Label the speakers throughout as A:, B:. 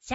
A: シ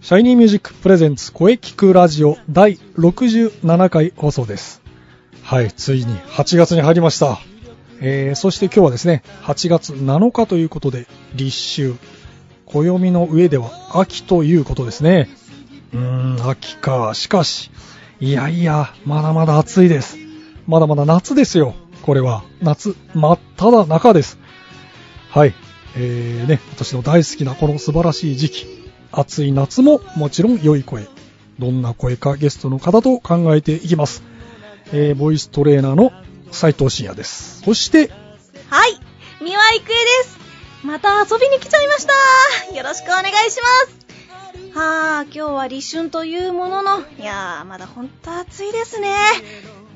B: シャイニーミュージックプレゼンツ声聞くラジオ第67回放送です。はい、ついに8月に入りました。えー、そして今日はですね、8月7日ということで、立秋。暦の上では秋ということですね。うーん、秋か。しかし、いやいや、まだまだ暑いです。まだまだ夏ですよ。これは、夏、真っ只中です。はい。えー、ね、私の大好きなこの素晴らしい時期。暑い夏ももちろん良い声。どんな声かゲストの方と考えていきます。えー、ボイストレーナーの斉藤慎也です。そして、
A: はい、三輪郁恵です。また遊びに来ちゃいました。よろしくお願いします。はあ、今日は立春というものの、いやー、まだほんと暑いですね。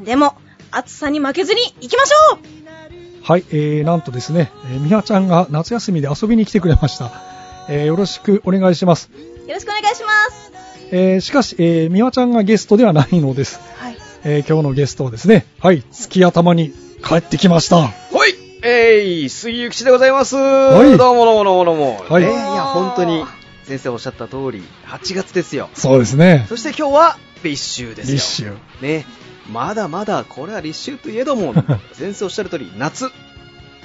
A: でも、暑さに負けずに行きましょう
B: はい、えー、なんとですね、えー、みなちゃんが夏休みで遊びに来てくれました。えー、よろしくお願いします。
A: よろしくお願いします。
B: えー、しかし、えー、みわちゃんがゲストではないのです。
A: はい。
B: えー、今日のゲストはですね、はい、月頭に帰ってきました。
C: ほいえい杉ゆきちでございます、
B: い
C: どうもどうもどうもどうも、
B: はい
C: ねいや本当に先生おっしゃった通り8月ですよ
B: そうですね。
C: そして今日は立秋ですよ
B: 立秋。
C: ねまだまだこれは立秋といえど も先生おっしゃる通り夏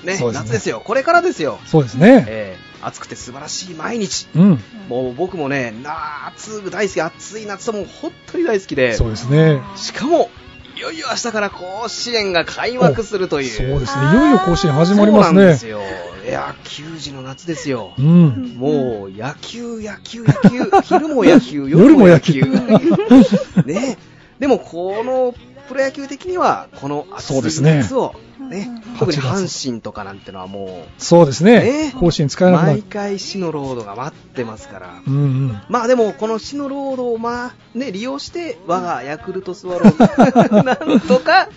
C: ね
B: そうですね
C: 夏ですよこれからですよ、
B: そうですね。
C: えー暑くて素晴らしい毎日
B: うん。
C: もう僕もね夏大好き暑い夏ともう本当に大好きで
B: そうですね。
C: しかもいよいよ明日から甲子園が開幕するという
B: そうですね。
A: あー
B: いよいよ甲子園始まります
C: そうなんで
B: ね
C: す。よ。いや、球児の夏ですよ
B: う。ん。
C: もう、野球、野球、野球、昼も野球、
B: 夜も野球
C: ね。でも、この、プロ野球的には、この暑
B: そうです
C: い
B: ね
C: 夏を、ね
A: うん、
C: 特に
B: 8月
C: 阪神とかなんてのはも
B: そうです
C: ね
B: ね。甲子園使
C: う、
B: えなくなる
C: 毎。回死のロードが待ってますから。
B: うんうん。
C: まあでも、この死のロードを、まあ、ね、利用して、我がヤクルトスワロ ーズ、なんとか、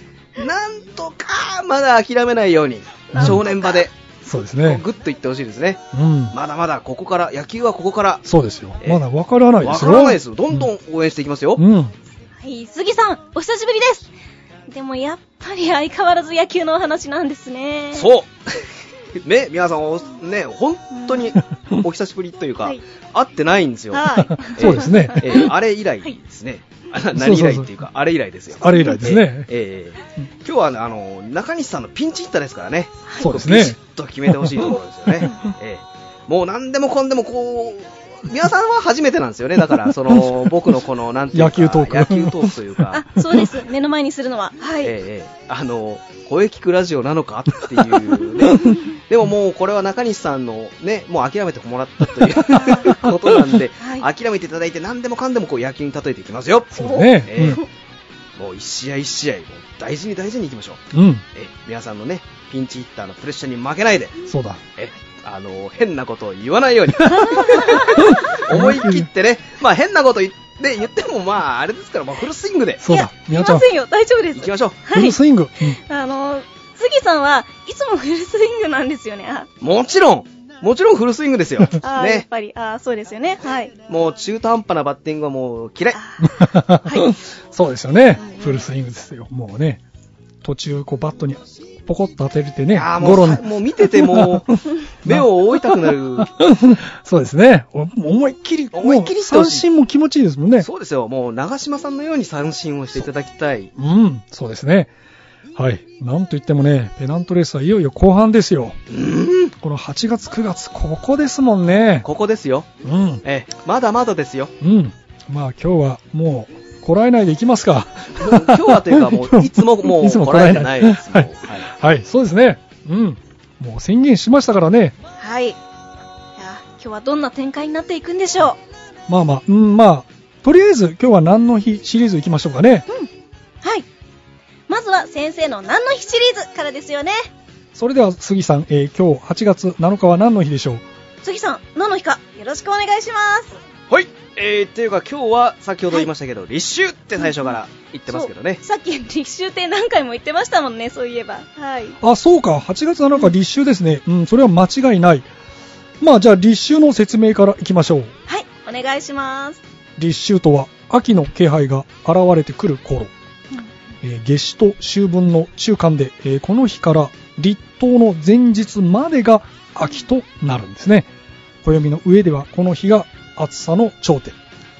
C: なんとか、まだ諦めないように
B: うん、
C: 少年場で、
B: そうです
C: こう
B: ね。
C: グッといってほしいですね。
B: うん。
C: まだまだここから、野球はここから、
B: そうですよ。
C: え
B: まだわからないで
C: わ
B: す
C: か
B: よ。
C: らないですよ。どんどん応援していきますよ。
B: うん。うん。
A: はい、杉さん、お久しぶりです。でもやっぱり相変わらず野球のお話なんですね。う
C: そう ね、皆さんお、ね、本当にお久しぶりというか、
A: はい
C: 会ってないんですよ。
A: はい。
B: そうですね。
C: えーあれ以来ですね。あ何以来っていうか、あれ以来ですよ。
B: あれ以来ですね
C: えー。えー今日はね、あの、中西さんのピンチヒッターですからね。
B: そうですね
C: ビシッと決めてほしいところです よね。えーもう何でもこんでもこう、皆さんは初めてなんですよね。だから、その、僕のこの、なんていうか、
B: 野球トーク
C: 野球トークというか。
A: あ、そうです。目の前にするのは。はい。
C: ええあの声聞くラジオなのかっていう ね、でももうこれは中西さんのね、もう諦めてもらった ということなんで、
A: はい
C: 諦めていただいて、何でもかんでもこう野球に例えていきますよ、
B: そうだね
C: ええもう一試合一試合、もう大事に大事にいきましょう、
B: うん。
C: ええ皆さんのねピンチヒッターのプレッシャーに負けないで、
B: そうだ。
C: えあの変なことを言わな いように思い切ってね、まあ、変なこと言って。言ってもまああれですから、まあ、フルスイングで
B: そうだ。
A: い
B: み
A: や
B: わ
A: い
B: ちゃ
A: ま
B: ん、
A: せんよ。大丈夫です。
C: いきましょう。
B: フルスイング。
A: あの、杉さんはいつもフルスイングなんですよね。あ、
C: もちろん、もちろんフルスイングですよ。
A: あーやっ
C: ね。
A: ぱり、あーそうですよね。はい。
C: もう中途半端なバッティングはもう嫌い。
B: うん。 そうですよね。フルスイングですよ。もうね。途中、こう、バットにポコッと当てれてね
C: あー、も
B: ゴ
C: う
B: ロ
C: さ
B: に。
C: もう見ててもう、目を覆いたくなる。
B: そうですね。おもう思いっきり、
C: 思いっきり
B: もう
C: してほ
B: 三
C: しい
B: 振も気持ちいいですもんね。
C: そうですよ。もう長嶋さんのように三振をしていただきたい。
B: うん、そうですね。はい。なんといってもね、ペナントレースはいよいよ後半ですよ。この8月、9月、ここですもんね。
C: ここですよ。
B: うん。
C: ええ、まだまだですよ。
B: うん。まあ今日はもう、こらえないでいきますか。
C: もう今日はというかもう、いつももう、
B: いつも
C: こ
B: こ
C: ら
B: ら
C: え
B: え
C: て
B: な
C: ない
B: い
C: です。もう
B: はいはい、そうですね。うん。もう宣言しましたからね。
A: はい。いや、今日はどんな展開になっていくんでしょ
B: まあまあ、うん、まあ、とりあえず今日は何の日シリーズ行きましょうかね。
A: う。はい。まずは先生の何の日シリーズからですよね。
B: それでは杉さん、えー今日8月7日は何の日でしょう
A: 杉さん、何の日かよろしくお願いします。
C: はい。えー、っていうか今日は先ほど言いましたけど、立秋って最初から言ってますけどね
A: そう。さっき立秋って何回も言ってましたもんね、そういえば。はい。
B: あ、そうか。8月7日立秋ですね。うん、それは間違いない。まあじゃあ立秋の説明からいきましょう。
A: はい、お願いします。
B: 立秋とは秋の気配が現れてくる頃、えー夏至と秋分の中間で、えーこの日から立冬の前日までが秋となるんですね暦の上ではこの日が暑さの頂点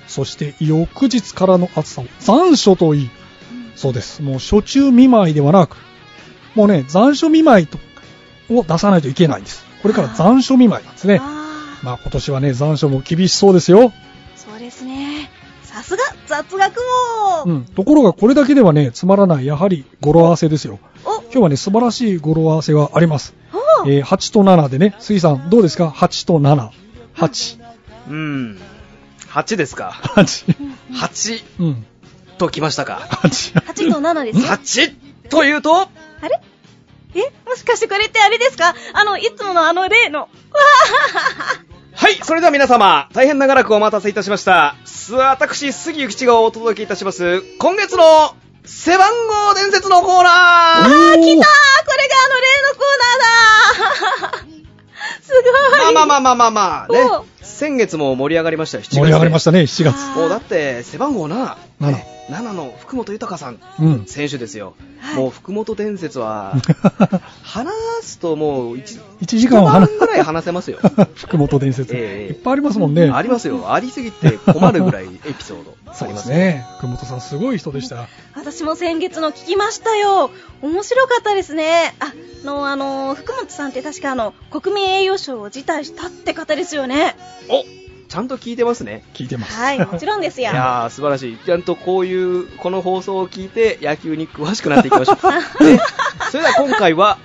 B: そして翌日からの暑さを残暑と言いそうですもう初中見舞いではなくもうね残暑見舞いとを出さないといけないんですこれから残暑見舞いなんですね
A: あ
B: まあ今年はね残暑も厳しそうですよ
A: あ、そうですね。さすが、雑学王、
B: うん、ところがこれだけではね、つまらない、やはり語呂合わせですよ。
A: お、
B: 今日はね、素晴らしい語呂合わせがあります。
A: お
B: えー8と7でね、杉さん、どうですか ?8 と7。8。
C: うん。8ですか。
B: 8。
C: 8
B: うん。
C: ときましたか。
B: 8。
A: 8と7ですよ。
C: 8というと、
A: あれえもしかしてこれってあれですかあの、いつものあの例の。わ
C: はい、それでは皆様、大変長らくお待たせいたしました。す私、杉ゆきちがお届けいたします、今月の背番号伝説のコ
B: おー
C: ーナー
A: ああ、これがあの例のコーナーだすご
C: まあ
A: い。
C: まあまあまあまあまあ、
A: おう
C: ね。先月も盛り上がりましたよ、7月。。
B: 盛り上がりましたたね、7月。
A: あー
C: もうだって、背番号7。
B: 7
C: ね7の福本豊さん、
B: うん。
C: 選手ですよ。
A: はい
C: もう福本伝説は、話すともう1、
B: 1時間を話
C: 一晩ぐらい話せますよ
B: 福本伝説、
C: え
B: い
C: え
B: っぱいありますもんね。
C: ありますよ。ありすぎて困るぐらいエピソード。
B: そうですね。福本さん、すごい人でした。
A: 私も先月の聞きましたよ。面白かったですね。あの、あの、福本さんって確かあの、国民栄誉賞を辞退したって方ですよね。
C: おちゃんと聞いてますね。
B: 聞いてます。
A: はい、 もちろんです
C: い
A: よ。
C: やー、素晴らしい。ちゃんとこういう、この放送を聞いて野球に詳しくなっていきましょう。ねそれでは今回は、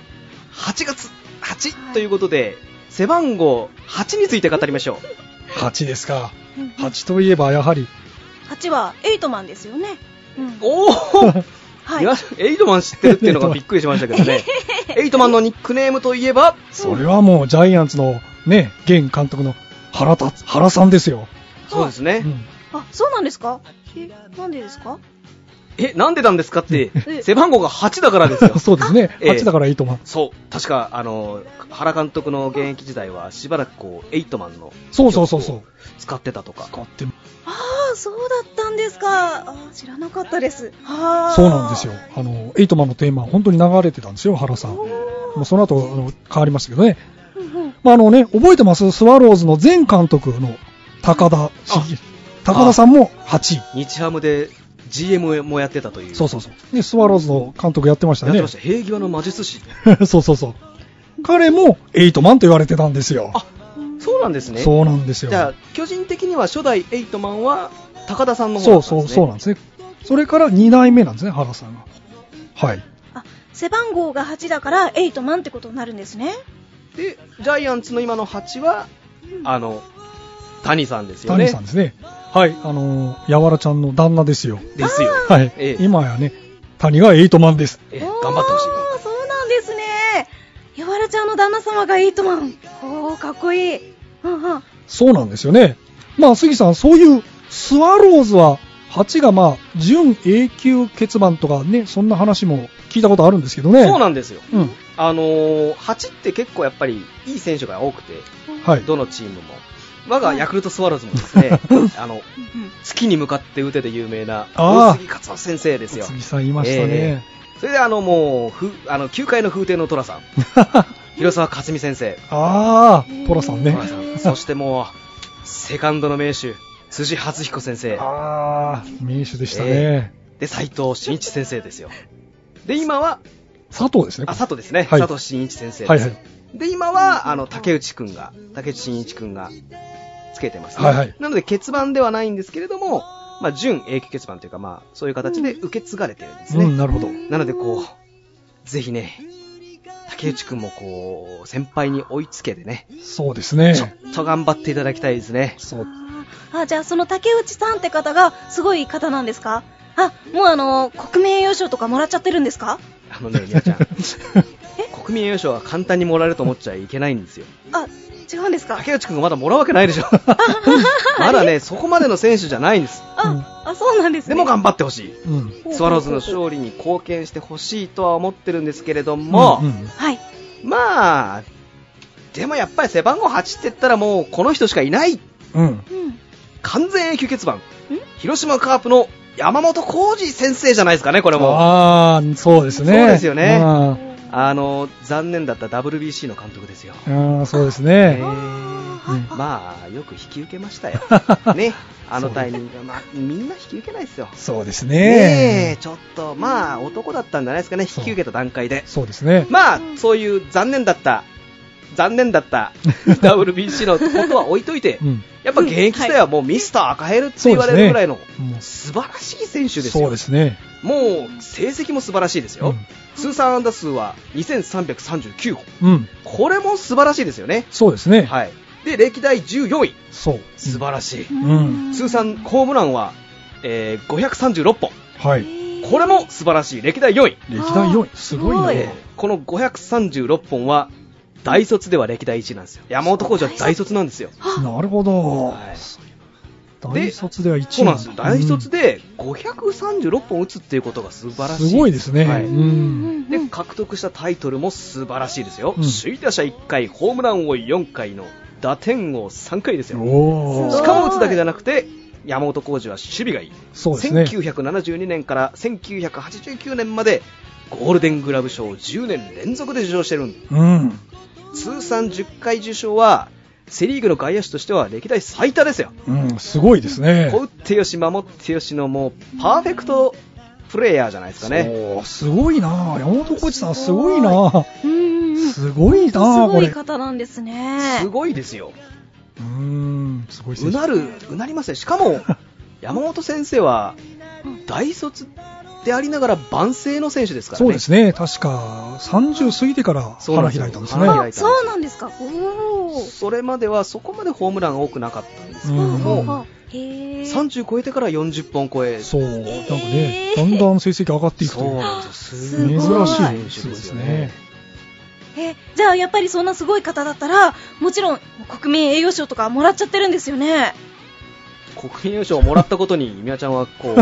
C: 8月8ということで、背番号8について語りましょ
B: 8ですか。
A: うん
B: 8といえば、やはり、
A: 8はエイトマンですよね。うん
C: う。おー
A: はい
C: いやエイトマン知ってるっていうのがびっくりしましたけどね。エイトマンのニックネームといえば、
B: それはもうジャイアンツのね、現監督の原田、原さんですよ。
C: そうです
B: う
C: ね。
B: ん、。
A: あ、そうなんですかえ、なんでですか
C: え、なんでなんですかって
A: え、
C: 背番号が8だからですよ
B: そうですね。
C: あええ
B: 8だからいいと思う。
C: そう、確か、あの、原監督の現役時代は、しばらくこう、エイトマンの
B: そうそうそうそう。
C: 使ってたとか。
B: 使って
A: ああ、そうだったんですか。あー知らなかったです。はあ。
B: そうなんですよ。。あの、エイトマンのテーマ、本当に流れてたんですよ、原さん。もうその後、あの変わりましたけどね。
A: うんうん
B: まあ、あのね、覚えてますスワローズの前監督の高田茂高田さんも8
C: 日ハムで GM もやってたという。
B: そうそうそう。ね、スワローズの監督やってました
C: やっ
B: ね
C: てまし。た。平際の魔術師。
B: そうそうそう。彼もエイトマンと言われてたんですよ。
C: あそうなんですね。
B: そうなんですよ。
C: じゃあ、巨人的には初代エイトマンは、高田さんの方だ
B: そ
C: っ
B: う
C: た
B: そ
C: んです、ね、
B: うそうなんですね。それから2代目なんですね、原さんが。はい。
A: あ、背番号が8だからエイトマンってことになるんですね。
C: で、ジャイアンツの今の8は、あの、谷さんですよね。
B: 谷さんですね。はい。あのー、やわらちゃんの旦那ですよ。
C: ですよ。
B: はい。
C: ええ
B: 今やね、谷がエイトマンです。
C: え頑張ってほしい。
A: おーそうなんですねやわらちゃんの旦那様がエイトマンおーかっこいい、うんうん、
B: そうなんですよね。まあ、杉さん、そういうスワローズは、8がまあ、準永久欠番とかね、そんな話も聞いたことあるんですけどね。
C: そうなんですよ。
B: うん。
C: あのー、8って結構やっぱりいい選手が多くて、
B: はい。
C: どのチームも。我がヤクルトスワローズもです ね、あの、月に向かって打てて有名な、
B: あー
C: 大杉勝夫先生ですよ。
B: 杉さんいましたね。
C: それであの、もう、ふあの、球界の風天の寅さん、広沢克美先生、
B: ああ、トラさんね。
C: 寅さん、そしてもう、セカンドの名手、辻初彦先生、
B: ああ、名手でしたね。
C: えで、斎藤真一先生ですよ。で、今は、
B: 佐藤ですね。
C: あ、佐藤ですね。
B: はい
C: 佐藤真一先生です。
B: はいはい。
C: で、今は、あの、竹内くんが、竹内真一くんが、つけてますね。
B: はいはい
C: なので、欠番ではないんですけれども、まあ、準永久欠番というか、まあ、そういう形で受け継がれてるんですね。
B: うん、なるほど。
C: なので、こう、ぜひね、竹内くんもこう、先輩に追いつけてね、
B: そうですね。
C: ちょっと頑張っていただきたいですね。
B: そう。
A: あーじゃあその竹内さんって方がすごい方なんですかあ、もうあの、国名栄誉賞とかもらっちゃってるんですか
C: あのね、みや ちゃん、国民栄誉賞は簡単にもらえると思っちゃいけないんですよ。
A: あ、違うんですか
C: 竹内くんがまだもらうわけないでしょ。 まだね、そこまでの選手じゃないんです。
A: あ、あ、そうなんですね。
C: でも頑張ってほしい。
B: うん。
C: スワローズの勝利に貢献してほしいとは思ってるんですけれども、
B: うんうん
A: はい。
C: まあ、でもやっぱり背番号8って言ったらもうこの人しかいない
B: うん。
A: うん。
C: 完全永久欠番、広島カープの山本浩二先生じゃないですかね、これも。
B: あ
C: あ
B: あ、そうですね。
C: そうですよね
B: あ
C: の、残念だった WBC の監督ですよ。
B: あ、そうですね。
A: あ
C: まあ、よく引き受け ましたよ。ね、あのタイミングが、まあ、みんな引き受けないですよ。
B: そうです
C: ねえ、
B: ね。
C: ちょっと、まあ、男だったんじゃないですかね、引き受けた段階で。
B: そうですね。
C: まあ、そういう残念だった、残念だった WBC のことは置いといて
B: う、ん。
C: やっぱ現役時代はもうミスター赤ヘルって言われるぐらいの
B: もう
C: 素晴らしい選手です
B: そう
C: よ
B: で。すね。
C: もう成績も素晴らしいですよ。通算安打数は2339本。
B: うん。うん。
C: これも素晴らしいですよね。
B: そうですね。
C: はい。で、歴代14位。
B: そう。
C: 素晴らしい。
B: うん
C: 通算ホームランは、えー536本。
B: はい。
C: これも素晴らしい。歴代4位。
B: 歴代4位。すごい
A: は
B: な。
A: い
C: えーこの536本は大卒では歴代1位なんですよ山本浩二は大卒なんですよ、
B: なるほど。
C: はい
B: 大卒では1位。
C: そうなんですよ大卒で536本打つっていうことが素晴らしい
B: すごいですね。。
C: はいう
A: うんん
C: で獲得したタイトルも素晴らしいですよ、
B: うん
C: 首位打者1回ホームラン王4回の打点王3回ですよ
B: お
C: し
B: ー。
C: かも打つだけじゃなくて山本浩二は守備がいい、
B: そうですね。
C: 1972年から1989年までゴールデングラブ賞を10年連続で受賞してるん
B: うん。
C: 通算10回受賞はセ・リーグの外野手としては歴代最多ですよ、
B: うん。すごいですね。
C: 打ってよし、守ってよしのもうパーフェクトプレイヤーじゃないですかね、
B: そうすごいな山本浩二さんすごいな
A: うんうん。
B: すごいな
A: す
B: こ
A: ご
B: れ
A: いう方なんですね。
C: すごいですよ、
B: ーんすごい選
C: う
B: 手
C: なる、うなりますね、しか も山本先生は大卒でありながら万世の選手ですからね、
B: そうですね確か30過ぎてから
C: そうなん
B: 花
C: ですよ
B: 開いたんですね
C: 花開
A: あ、
C: い
A: そうなんですか。おー。
C: それまではそこまでホームラン多くなかったんですけ
B: う
C: ど
B: ん
C: も、
A: あへえ。
C: 30超えてから40本超え、
B: そうなんかねだんだん成績上がっていくと
C: そ
B: いうう
C: なんですよ、
A: すごい
B: 珍しい
C: 選手
B: 選手
C: で
B: ですす
C: よね
B: ね。
A: え、じゃあやっぱりそんなすごい方だったら、もちろん国民栄誉賞とかもらっちゃってるんですよね。
C: 国民優勝をもらったことに、みやちゃんはこう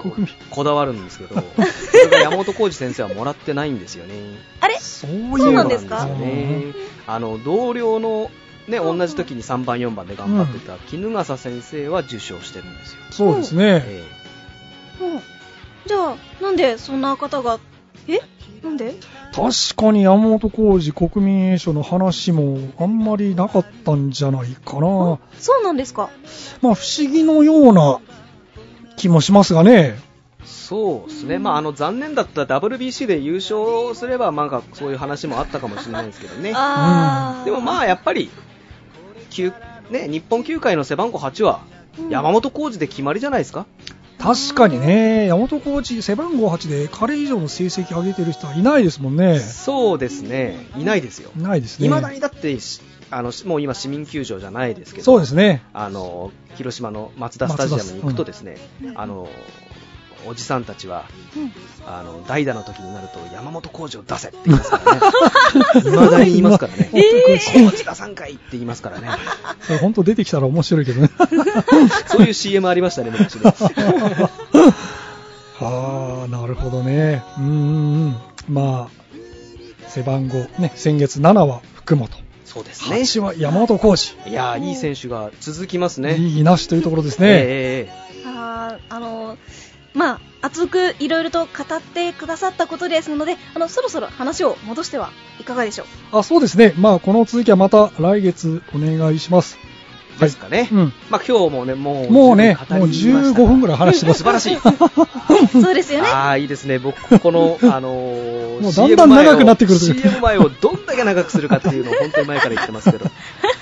B: 国民、
C: こだわるんですけど、それが山本浩二先生はもらってないんですよね。
A: あれ
B: そういう
A: そうなんですか
C: そうなんですよね。あの、同僚の、ね、同じ時に3番、4番で頑張ってた衣笠先生は受賞してるんですよ。
B: そうですね
C: え
A: うん。じゃあ、なんでそんな方が、えなんで
B: 確かに山本浩二国民栄誉賞の話もあんまりなかったんじゃないかな
A: そうなんですか。
B: まあ不思議のような気もしますがね
C: えそうですね。まあ、あの、残念だった WBC で優勝すれば、なんかそういう話もあったかもしれないですけどね。
A: あー。
C: でもまあ、やっぱり、球ね、日本球界の背番号8は、山本浩二で決まりじゃないですか。
B: 確かにね、山本コーチ、背番号8で彼以上の成績上げてる人はいないですもんね。
C: そうですね、いないですよ、
B: いないです
C: い
B: ね。
C: まだにだってしあの、しもう今、市民球場じゃないですけど、
B: そうですね。
C: あの広島のマツダスタジアムに行くと、ですね、あのおじさんたちは
A: うん
C: あの代打の時になると、山本浩二を出せって言いま すからね、いまだに言いますからね、
B: えー
C: 山本浩二出さんかいって言いますからね、
B: それ本当出てきたら面白いけ どね。
C: そういう CM ありましたね、昔 ね。
B: はあ、なるほどね。うんうんうん。まあ、背番号、ね、先月7は福本、
C: そうですね
B: 8は山本コー
C: いやーいい選手が続きます
B: チ、
C: ね。
B: いいなしというところですね。
C: ええ
A: あーあのまあ熱くいろいろと語ってくださったことですのであのそろそろ話を戻してはいかがでしょう
B: あ、そうですね。まあ、この続きはまた来月お願いします。
C: えですかね。
B: うん。
C: まあ今日もね、もう、
B: もうね、
C: 十
B: も
C: 分
B: う15
C: 語りましたから
B: 分ぐらい話してま
C: 素
B: す
C: 晴。らし い。
A: そうですよね
C: ああ、いいですね。僕、この、あのー
B: もうだんだん長くなってくる
C: CM 前を CM 前をどんだけ長くするかっていうのを本当に前から言ってます けど、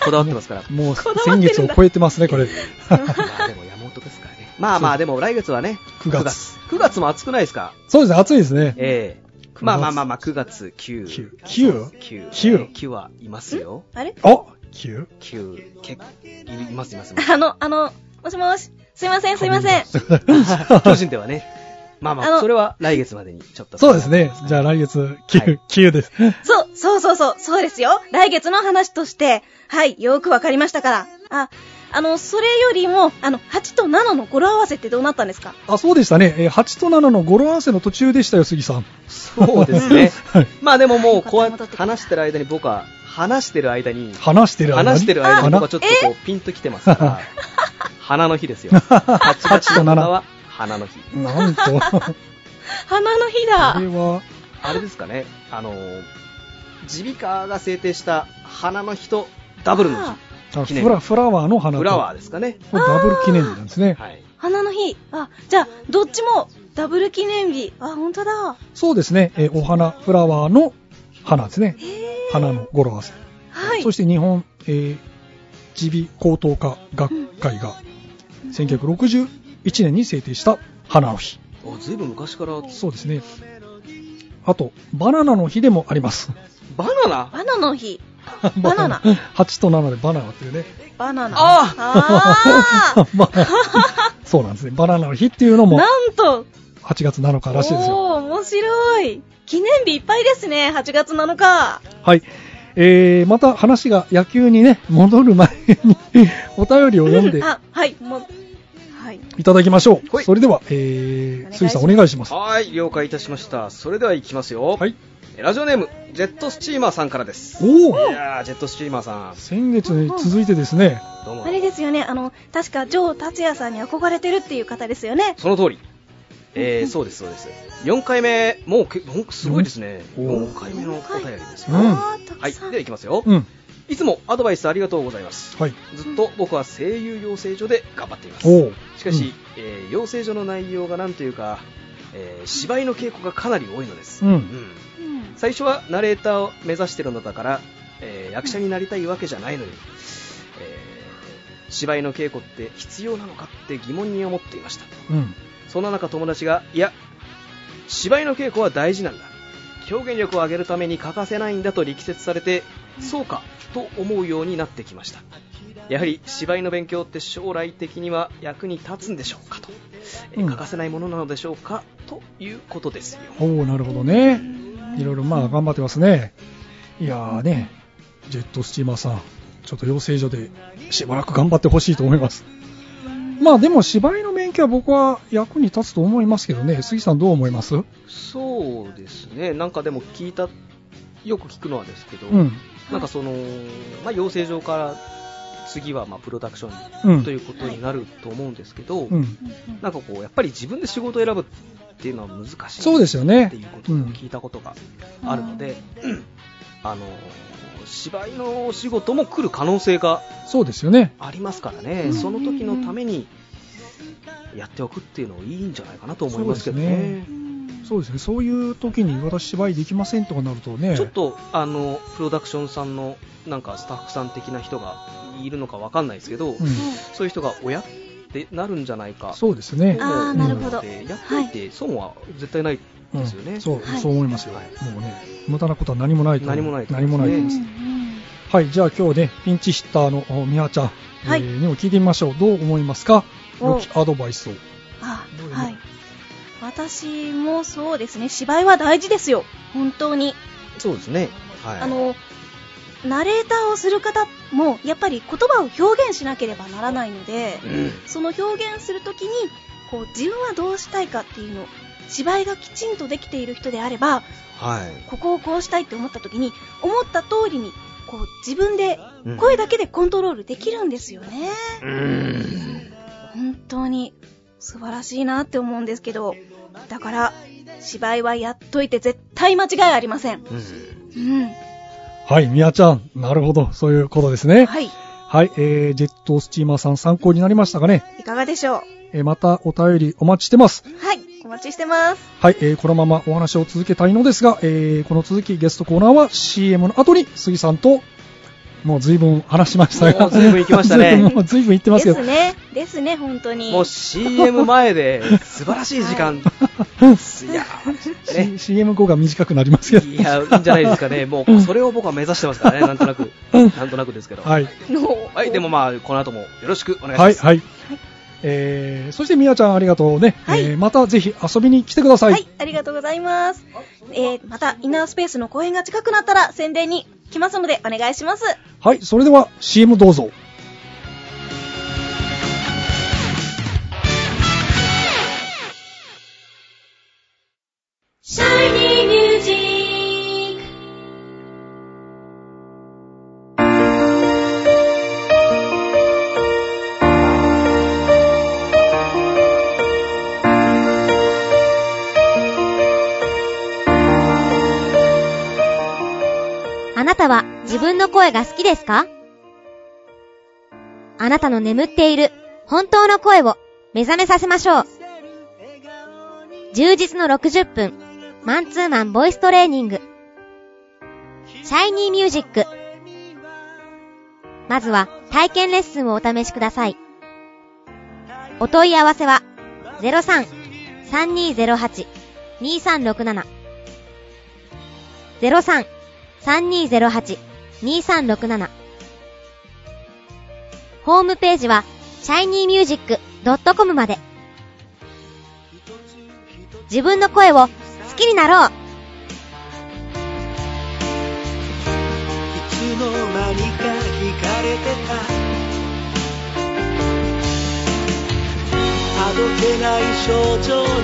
C: こだわってますから。
B: もう先月を超えてますね、これ。
C: まあでも山本ですからね。まあまあでも来月はね、
B: 9月。
C: 9月も暑くないですか
B: そうですね、暑いですね。
C: ええ
B: 九月
C: まあまあまあまあ、9月9。
B: 9。9?
C: 9。
B: 九
C: 9はいますよ。
A: あれ
B: あ ?9?
C: 9。結構、いますいます。います
A: あのあのもしもしすいません、すいません。
C: 巨人ではね。まあま
A: あの
C: あ、それは来月までにちょっと。
B: そうですね。じゃあ来月、9、
C: はい
B: 9です。
A: そう、そうそうそう、そうですよ。来月の話として、はい、よくわかりましたから。あ、あの、それよりも、あの、8と7の語呂合わせってどうなったんですか
B: あ、そうでしたね。えー8と7の語呂合わせの途中でしたよ、杉さん。。
C: そうですね
B: はい
C: まあでももう、こうやって話してる間に僕は、話してる間に、
B: 話してる間に
C: 話してる間に僕はちょっとこう、ピンときてますから、花の日で すよ。8月の7は花の日。
B: なん と、こ
A: 花の日
B: れ
A: だ。
B: は、
C: あれですかね、あのー、耳鼻科が制定した花の日とダブルの
B: あ
C: 記念
B: フラフラワーの花
C: 日、
B: と
C: フラワーですかね。
B: これダブル記念日なんですね。
C: はい。
A: 花の日。あ、じゃあ、どっちもダブル記念日。あ、ほんとだ。
B: そうですね。えーお花、フラワーの花ですね。
A: へえ。
B: 花の語呂合わせ。
A: はい。
B: そして日本、えー、耳鼻高等科学会が、1961年に制定した花の日。
C: お、ずいぶん昔から、
B: そうですね。あと、バナナの日でもあります。
C: バナナ
A: バナナの日。 バ ナナ
B: 8と7でバナナっていうね。
A: バナナ。
C: あ
A: あー
B: まあそうなんですね。バナナの日っていうのも
A: なんと
B: 8月7日らしいですよ。
A: おー、面白い。記念日いっぱいですね、8月7日。
B: はい。えー、また話が野球にね、戻る前に お便りを読ん で
A: あ、はい、もう、はい。
B: いただきましょう。
C: はい
B: それでは、え
A: お願いしま
B: ー、
A: す
B: 杉さんお願いします。
C: はい、了解いたしました。それでは行きますよ。
B: はい。
C: ラジオネーム、ジェットスチーマーさんからです。
B: お
C: い
B: ー
C: やー、ジェットスチーマーさん、
B: 先月に続いてですね、
C: どうも
A: あ。れですよね、あの、確か、ジョー達也さんに憧れてるっていう方ですよね。
C: その通り。えー、そうです、そうです。4回目、もうけ、ほんすごいですね。
B: うんおー
C: 4回目のお便りです
B: うん
C: よ。
A: あーた
C: は
A: く
C: い、
A: さん。
C: では行きますよ。
B: うん。
C: いつもアドバイスありがとうございます。
B: はい。
C: ずっと僕は声優養成所で頑張っています。
B: おー
C: しかし、えー養成所の内容がなんというか、えー芝居の稽古がかなり多いのです、
B: うん
A: うん
C: 最初はナレーターを目指してるのだから、えー役者になりたいわけじゃないのに、えー芝居の稽古って必要なのかって疑問に思っていました
B: うん。
C: そんな中友達がいや芝居の稽古は大事なんだ表現力を上げるために欠かせないんだと力説されてそうかと思うようになってきましたやはり芝居の勉強って将来的には役に立つんでしょうかと、えー
B: うん
C: 欠かせないものなのでしょうかということですよ
B: おーなるほどね。いろいろまあ頑張ってますね。いやーね、ジェットスチーマーさん、ちょっと養成所でしばらく頑張ってほしいと思います。まあでも芝居の勉強は僕は役に立つと思いますけどね、杉さんどう思いますう
C: そうですねなんかでも聞いたよく聞くのはですけど、
B: ん。
C: なんかその、まあ、養成所から次はまあプロダクショ
B: う
C: ン
B: ん
C: とい。うことになると思うんですけど、
B: うん。
C: なんかこうやっぱり自分で仕事を選ぶっていうのは難しい
B: そうですよね
C: っていうことを聞いたことがあるので、あの芝居のお仕事も来る可能性が
B: そうですよね。
C: ありますからね、
B: うん
C: その時のためにやっておくっていうのはいいんじゃないかなと思いますけど
B: そう
C: ね
B: でそうですね。そういう時に私芝居できませんとかなるとね。
C: ちょっとあのプロダクションさんのなんかスタッフさん的な人がいるのかわかんないですけど、
B: うん。
C: そういう人が親ってなるんじゃないか
B: そうですね。
A: あーなるほど
C: と思ってやっておいて損は絶対ないですよね、
B: うん、そう、
A: はい
B: そう思いますよ。もうね、無駄なことは何もないと思う。
C: 何もないと思う
B: 何もないです。
A: うんうん
B: はい、じゃあ今日ね、ピンチヒッターのおみはちゃん、
A: はい
B: えーにも聞いてみましょう。どう思いますか
A: お
B: 良きアドバイスを。
A: あ
B: どういうの
A: はい。私もそうですね、芝居は大事ですよ。本当に。
C: そうですね、はい
A: あの、ナレーターをする方も、やっぱり言葉を表現しなければならないので、その表現するときにこう自分はどうしたいかっていうの芝居がきちんとできている人であれば
C: はい
A: ここをこうしたいって思ったときに思った通りにこう自分で声だけでコントロールできるんですよね、本当に素晴らしいなって思うんですけどだから芝居はやっといて絶対間違いありませんうん
B: はい、みはちゃん、なるほど、そういうことですね。
A: はい
B: はい、えー、ジェットスチーマーさん参考になりましたかね、
A: いかがでしょう
B: えーまたお便りお待ちしてます。
A: はいお待ちしてます
B: はい、えーこのままお話を続けたいのですが、えーこの続きゲストコーナーは CM の後に杉さんと、もう随分話しましたが。
C: もう随分行きました ね
B: 随分もう随分行ってますけ
A: で
B: ど
A: す。ねですね本当に
C: もう CM 前で素晴らしい時間、い、や
B: C-
C: ー
B: CM 後が短くなりますけど。
C: ねいやいいんじゃないですかね、もうそれを僕は目指してますからね、なんとなく、なんとなくですけど、
B: はい。
A: の
C: はいでもまあ、この後もよろしくお願いし
B: は
C: ま
B: い、
C: す。
B: はい。えーそしてみやちゃんありがとうね、
A: はい
B: えーまたぜひ遊びに来てください、
A: はい、ありがとうございます。えー、また、インナースペースの公演が近くなったら宣伝に来ますのでお願いします。
B: はい、それでは CM どうぞ。
D: あなたは自分の声が好きですかあなたの眠っている本当の声を目覚めさせましょう。充実の60分、マンツーマンボイストレーニング。シャイニーミュージック。まずは体験レッスンをお試しください。お問い合わせは03-3208-2367 03 3208-2367ホームページは shinymusic.com まで自分の声を好きになろう
E: つの間にか惹かれてたあどけない症状の瞳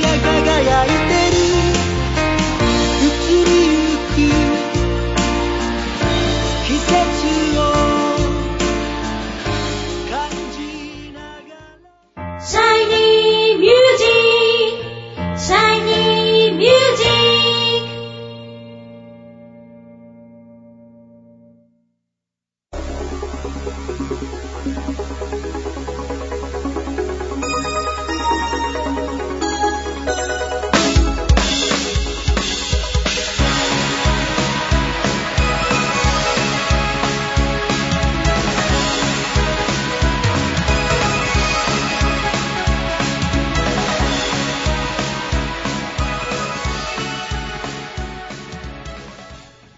E: が輝いてる移りゆく季節を感じながら
D: !Shiny Music!Shiny Music!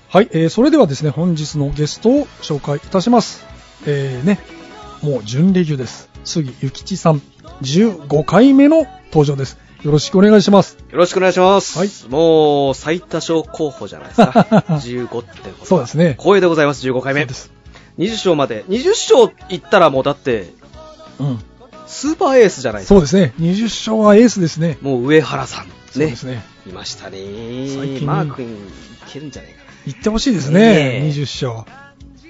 B: はい、えーそれではですね、本日のゲストを紹介いたします。えーね、もう準レギュです。杉ゆきちさん、15回目の登場です。よろしくお願いします。
C: よろしくお願いします。
B: はい
C: もう、最多勝候補じゃないですか。15っ てこと。
B: そうですね。
C: 光栄でございます、15回目。
B: そうです。
C: 20勝まで。20勝いったらもうだって、
B: うん。
C: スーパーエースじゃないですか。
B: そうですね。20勝はエースですね。
C: もう上原さん。
B: そう
C: ね
B: です。ね。
C: いましたね
B: 最。近
C: マー君いけるんじゃないかな。
B: 行ってほしいですね。
C: ねえ
B: 20勝。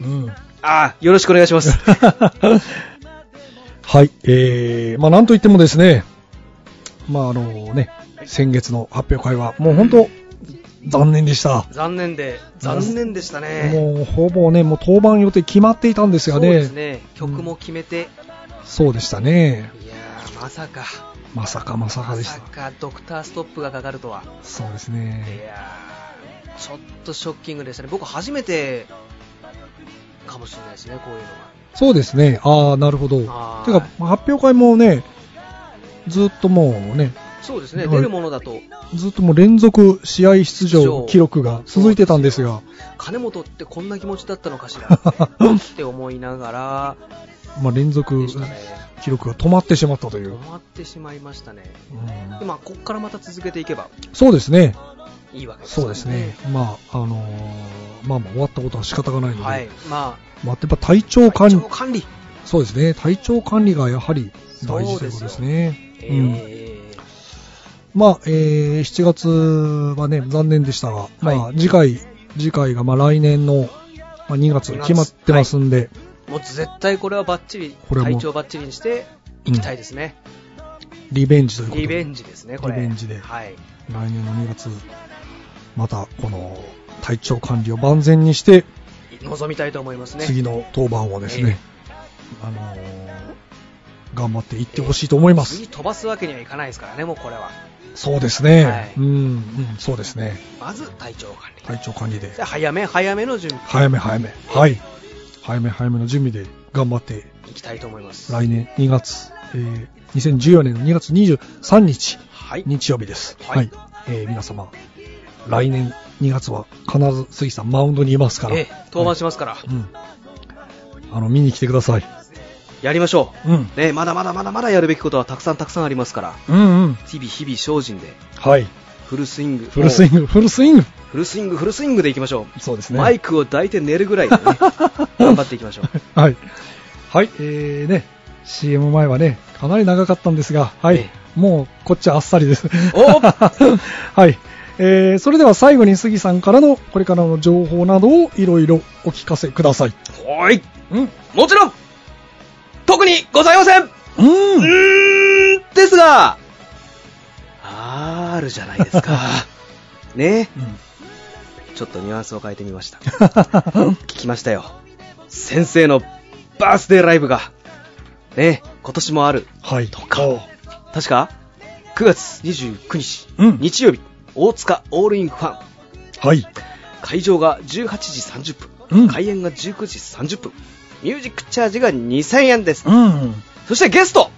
B: うん。
C: あーよろしくお願いします。
B: はい、えー、まあなんといってもですね、まああのね、先月の発表会は、もう本当、残念でした。
C: 残念で、残念でしたね。
B: もうほぼね、もう登板予定決まっていたんですが
C: そう
B: ね、
C: で
B: そ
C: す
B: う
C: ね。曲も決めて、
B: でしたね。
C: いやー、まさか、
B: まさかまさか
C: ま
B: でした
C: さ。かドクターストップがかかるとは。
B: そうです
C: い
B: ね。
C: やーちょっとショッキングでしたね。僕初めてかもしれないですね、こういうのは。
B: そうですね、ああ、なるほど。て
C: はーい
B: か、発表会もね、ずっともうね、
C: そうですね、
B: はい
C: 出るものだと。
B: ずっともう連続試合出場記録が続いてたんですが、
C: 金本ってこんな気持ちだったのかし らって思いなが
B: まあ連
C: ら
B: 続
C: でしたね。
B: 記録が止まってしまったとい
C: 止
B: う。
C: まってしまいましたね。
B: うん
C: でまあ、こっからまた続けていけば
B: そうですね。
C: いいわけです
B: そうですね。。まあ、あのーまあまあ終わったことは仕方がないので、
C: はい。ま
B: まあ、やっぱ体調
C: あ、
B: 管
C: 体
B: 理
C: 調、管理。
B: そうですね。体調管理がやはり大事ということですね。
C: え
B: うん
C: ー
B: まあ、えー7月はね、残念でしたが、まあ、次回、次回がまあ来年の、まあ、2月
C: 2月
B: 決まってますんで、
C: もう絶対これはバッチリ、
B: これはもう
C: 体調バッチリにしていきたいですね。
B: リベンジということで
C: リベンジですね、これ。
B: リベンジで
C: はい。
B: 来年の2月、またこの体調管理を万全にして、
C: 望みたいと思いますね。
B: 次の当番はですね、あのー頑張っていってほしいと思います。
C: 次飛ばすわけにはいかないですからね、もうこれは。
B: そうですね、
C: はい
B: うん、うん、そうですね。
C: まず体調管理。
B: 体調管理で
C: じ、ゃあ早め早めの準備
B: 早め早め、はい。早め早めの準備で頑張って、
C: いきたいと思います。
B: 来年2月、えー2014年の2月23日、
C: はい。
B: 日曜日です。は。
C: はい
B: えー皆様、来年2月は必ず杉さんマウンドにいますから、
C: ええ、登板しますから。
B: うん。あの、見に来てください。
C: やりましょ
B: うん。
C: う。ね、まだまだまだまだやるべきことはたくさんたくさんありますから、
B: うんうん。
C: 日々日々精進で、
B: はい。
C: フルスイング。
B: フルスイン
C: も
B: グ、フルスイング。
C: う。フルスイング、フルスイングでいきましょ
B: そうです
C: う。
B: ね。
C: マイクを抱いて寝る ぐらいでね、頑張っていきましょう。
B: はい。はい、えーね、CM 前はね、かなり長かったんですが、はい、
C: え
B: もうこっちはあっさりです。
C: お
B: はい。えーそれでは最後に杉さんからのこれからの情報などをいろいろお聞かせください。
C: はーい。
B: うん。
C: もちろん、特にございませんう
B: うん。
C: ーんですが、R じゃないですか。ね。ちょっとニュアンスを変えてみました。聞きましたよ。先生のバースデーライブが、ね、今年もある。
B: はい。とか。
C: 確か、9月29日、
B: うん
C: 日曜日、大塚オールインファン。
B: はい。
C: 会場が18時30分、
B: うん
C: 開演が19時30分、ミュージックチャージが2000円です。
B: うん。
C: そしてゲスト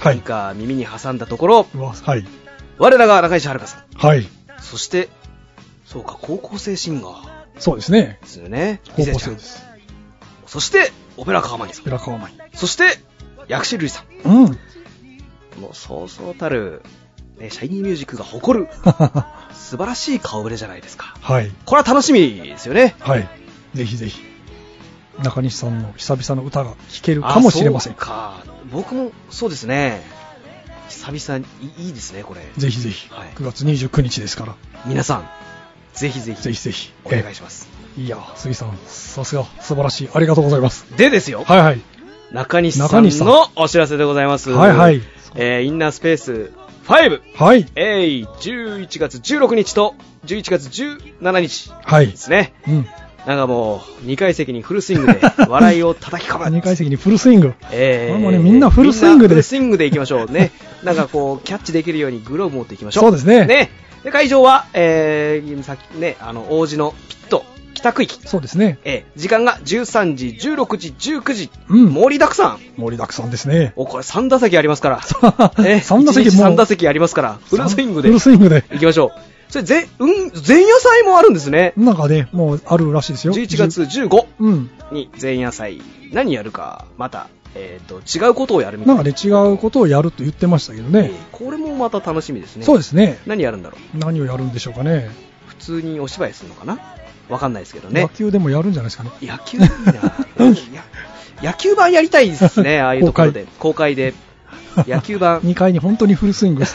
B: は
C: なん
B: い。
C: か耳に挟んだところ、
B: うわはい。
C: 我らが中西遥さん。
B: はい。
C: そして、そうか、高校生シンガー
B: そうですね。
C: ですよね。
B: 高校
C: リセちゃ
B: 生
C: ん
B: です。
C: そして、オペラカーマニさん。
B: 平川舞。
C: そして、薬師類さ ん。
B: うん。
C: このそうそうたる、ね、シャイニーミュージックが誇る
B: は
C: 素晴らしい顔ぶれじゃないですか。
B: い。
C: これは楽しみですよね。
B: はい。ぜひぜひ。中西さんの久々の歌が聴けるかもしれません
C: あ。そうか。僕もそうですね。久々にいいいですね、これ。
B: ぜひぜひ、
C: はい
B: 9月29日ですから、
C: 皆さん、ぜひぜひ
B: ぜひぜひ、
C: お願いします。
B: えいや、杉さん、さすが、素晴らしい、ありがとうございます。
C: でですよ、
B: はいはい、
C: 中西さん
B: 中西さん
C: のお知らせでございます。
B: はいはい、
C: えーインナースペース5、
B: はい、
C: えい、11月16日と11月17日
B: はい
C: で、すね。
B: うん、
C: なんかもう、2階席にフルスイングで笑いを叩き込む。
B: 2階席にフルスイング、
C: えー
B: もうねみんなフルスイングで
C: みんなフルスイングでいきましょ うね。なんかこう、キャッチできるようにグローブ持っていきましょう。
B: そうですね
C: ね。で、会場は、えー、さっきね、あの、王子のピット、北区域。
B: そうですね、
C: えー時間が13時、16時、19時。
B: うん
C: 盛りだくさん。
B: 盛りだくさんですね、
C: お、これ3打席ありますから。
B: 三打席もう
C: 3打席ありますから。フルスイングで。
B: フルスイングで、
C: 行きましょう。それ、ぜ、うん、前夜祭もあるんですね。
B: なんかね、もうあるらしいですよ、
C: 11月15
B: うん、
C: に前夜祭。何やるか、また、えっ、と、違うことをやるみた
B: ないん
C: な。
B: かね、違うことをやると言ってましたけどね
C: え、ーこれもまた楽しみですね。
B: そうですね、
C: 何やるんだろ
B: 何をやるんでしょうかね、
C: う。普通にお芝居するのかなわかんないですけどね
B: 野。球でもやるんじゃないですかね、
C: 野球いいないや 野球版やりたいで すね、ああいうところで。公開で。野球版、
B: 2階に 本当にフルス イングです。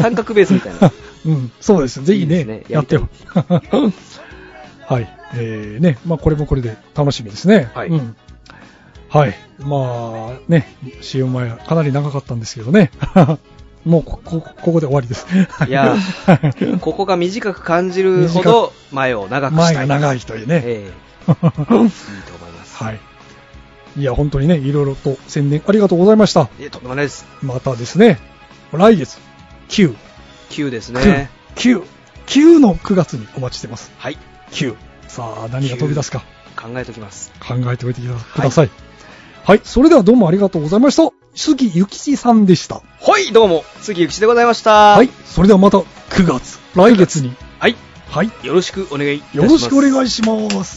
C: 三角ベースみたい な。
B: うん、そうです。ぜひね、
C: いいですね
B: やってよ。
C: や
B: はい。えー、ね、まあこれもこれで楽しみですね。
C: はい
B: うん。はい。まあね、CM 前はかなり長かったんですけどね。 もうこ、こ、ここで終わりです。
C: いや
B: はい
C: ここが短く感じるほど前を長くしたい。
B: 前が長いというね。
C: ええいいと思います。
B: はい。いや、本当にね、いろいろと宣伝ありがとうございました。
C: えとんでもないです。
B: またですね、来月、9、
C: 9です
B: 9
C: ね。、
B: 9、9の9月にお待ちしてます。
C: はい。
B: 9。さあ、何が飛び出すか。
C: 考えときます。
B: 考えておいてください。はい、それではどうもありがとうございました。杉ゆきちさんでした。
C: はい、どうも、杉ゆきちでございました。
B: はい、。それではまた9月、来月に。
C: はい。
B: はい、
C: よろしくお願いいたしま
B: よ
C: す。
B: ろしくお
C: い
B: 願いします。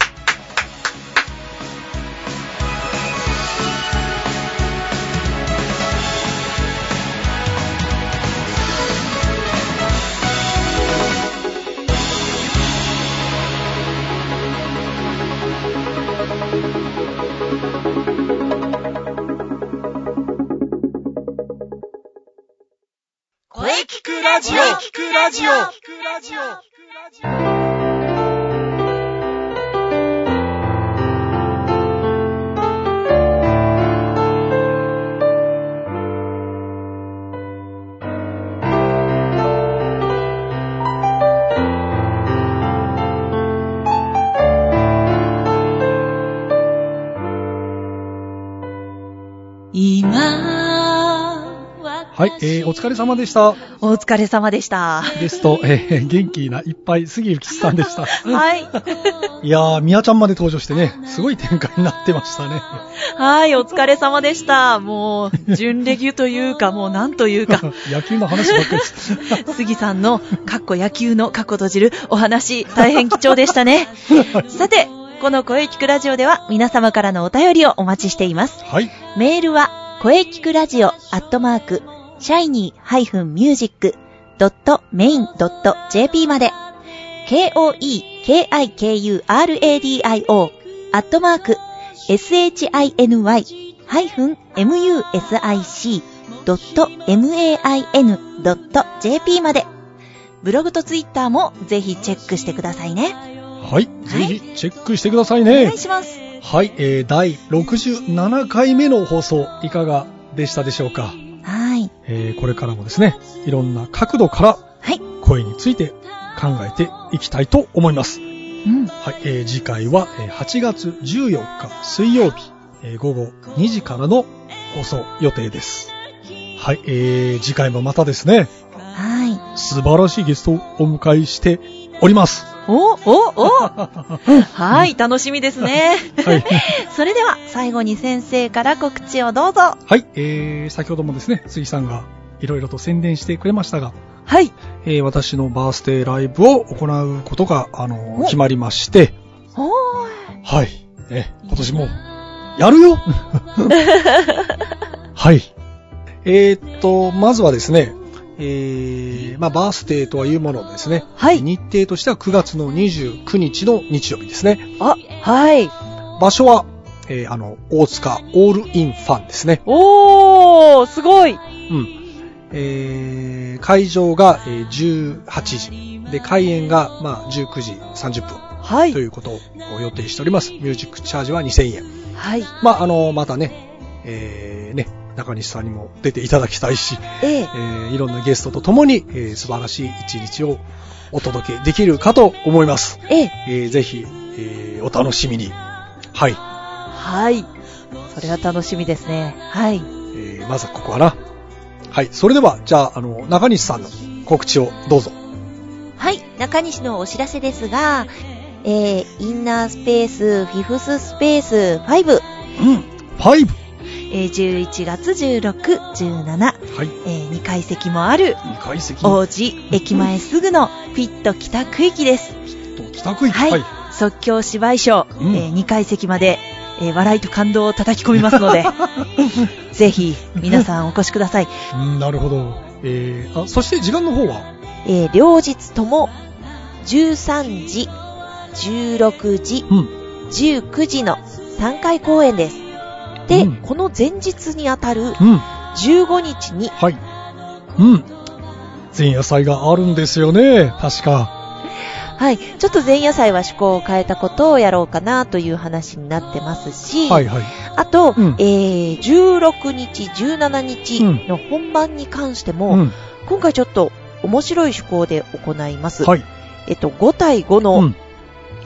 E: 声聞くラジオ聞くラジオ
F: 今、
B: はい、えー、お疲れ様でした。
A: お疲れ様でした。
B: ゲスト、えー、元気ないっぱい杉ゆきちさんでした。
A: はい。
B: いやー、みやちゃんまで登場してね、すごい展開になってましたね。
A: はい、お疲れ様でした。もう、準レギュというか、もうなんというか、
B: 野球の話ばっかりです。
A: 杉さんの、かっこ野球のかっこ閉じるお話、大変貴重でしたね。さて、
F: この声聞くラジオでは皆様からのお便りをお待ちしています。
B: はい。
F: メールは、声聞くラジオアットマーク、shiny-music.main.jp まで、k-o-e-k-i-k-u-r-a-d-i-o アットマーク、shiny-music.main.jp まで、ブログとツイッターもぜひチェックしてくださいね。
B: はい。ぜひチェックしてくださいね。
F: お願いします。
B: はい、えー第67回目の放送、いかがでしたでしょうか、
F: はい。
B: えーこれからもですね、いろんな角度から
F: はい。
B: 声について考えていきたいと思います。
F: うん。
B: はい、えー次回はえー8月14日水曜日、えー午後2時からの放送予定です。はい、えー次回もまたですね、
F: はい。
B: 素晴らしいゲストをお迎えしております。
F: お、お、おはい、楽しみですね。
B: はい。
F: それでは、最後に先生から告知をどうぞ。
B: はい、えー、先ほどもですね、杉さんがいろいろと宣伝してくれましたが、
F: はい。
B: えー私のバースデーライブを行うことが、あの
F: お
B: 決まりまして、
F: おー
B: はい、え今年も、やる よはい。えーっと、まずはですね、えー、まあ、バースデーとはいうものですね、
F: はい
B: 日程としては9月の29日の日曜日ですね。
F: あ、はい。
B: 場所は、えーあの、大塚オールインファンですね。
F: おー、すごい。
B: うん。えー、会場が、えー18時。で、開演が、まあ、19時30分
F: はい
B: とい。うことを予定しております。ミュージックチャージは2000円。
F: はい。
B: まあ、あの、またね、えー、ね、中西さんにも出ていただきたいし、
F: ええ
B: え。ー、いろんなゲストと共に、えー素晴らしい一日をお届けできるかと思います。
F: ええ。
B: えー、ぜひ、えー、お楽しみに。はい。
F: はい。それは楽しみですね。はい。
B: えーまずはここかな。はい。それでは、じゃあ、あの、中西さんの告知をどうぞ。
F: はい、中西のお知らせですが、えー、インナースペース、フィフススペース5、
B: うん。5!
F: えー、11月16、17、
B: はい。
F: えー、2階席もある、
B: 2階席
F: 王子駅前すぐのフィット北区域です。
B: 北区域。
F: はい、即興芝居賞、
B: うん
F: えー、2階席まで、えー、笑いと感動を叩き込みますので、 ぜひ皆さんお越しください。
B: うんなるほど。えー、あ、そして時間の方は
F: えー、両日とも13時、16時、
B: うん。
F: 19時の3回公演です。で、
B: うん
F: この前日にあたる
B: うん。
F: 15日に、
B: はい。うん。前夜祭があるんですよね。確か。
F: はい、ちょっと前夜祭は趣向を変えたことをやろうかなという話になってますし、
B: はいはい。
F: あと、
B: うん
F: えー16日、17日の本番に関しても、
B: うん。
F: 今回ちょっと面白い趣向で行います。
B: はい。
F: えっと、5対5の、
B: うん。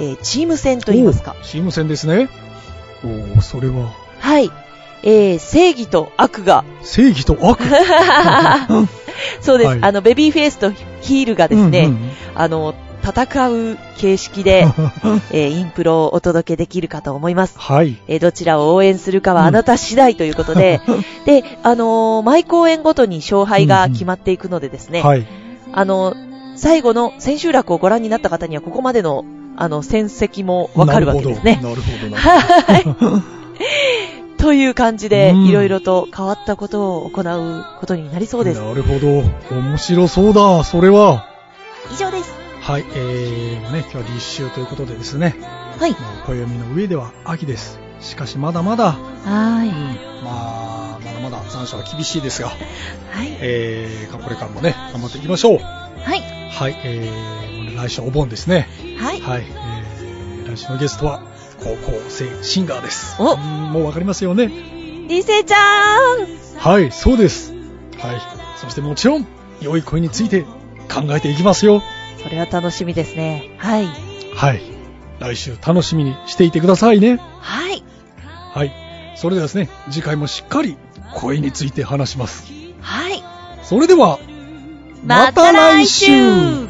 F: えーチーム戦といいますか
B: お。ー。チーム戦ですね。おー、それは、
F: はい。えー正義と悪が
B: 正義と 悪。
F: そうです、
B: はい
F: あのベビーフェイスとヒールがですね、
B: うんうん
F: あの戦う形式で、えーインプロをお届けできるかと思います。
B: はい。
F: えーどちらを応援するかはあなた次第ということ で、で、あのー毎公演ごとに勝敗が決まっていくのでですね、
B: はい。
F: あのー最後の千秋楽をご覧になった方にはここまでの、あの、戦績もわかるわけですね。
B: なるほど。なるほど。
F: はい。という感じで、
B: うん
F: いろいろと変わったことを行うことになりそうです。
B: なるほど。面白そうだ。それは。
F: 以上です。
B: はい。えー、ね、今日は立秋ということでですね。
F: はい。
B: もう暦の上では秋です。しかしまだまだ、
F: はい。
B: まあ、まだまだ残暑は厳しいですが、
F: はい。
B: えー、これからもね、頑張っていきましょう。
F: はい。
B: はい。えー、もうね来週お盆ですね。
F: はい。
B: はい。えー、来週のゲストは、高校生シンガーです。
F: お
B: うんもうわかりますよね。
F: リセちゃん
B: はい、そうです。はい。そしてもちろん、良い声について考えていきますよ。
F: それは楽しみですね。はい。
B: はい。来週楽しみにしていてくださいね。
F: はい。
B: はい。それではですね、次回もしっかり声について話します。
F: はい。
B: それでは、
F: また来週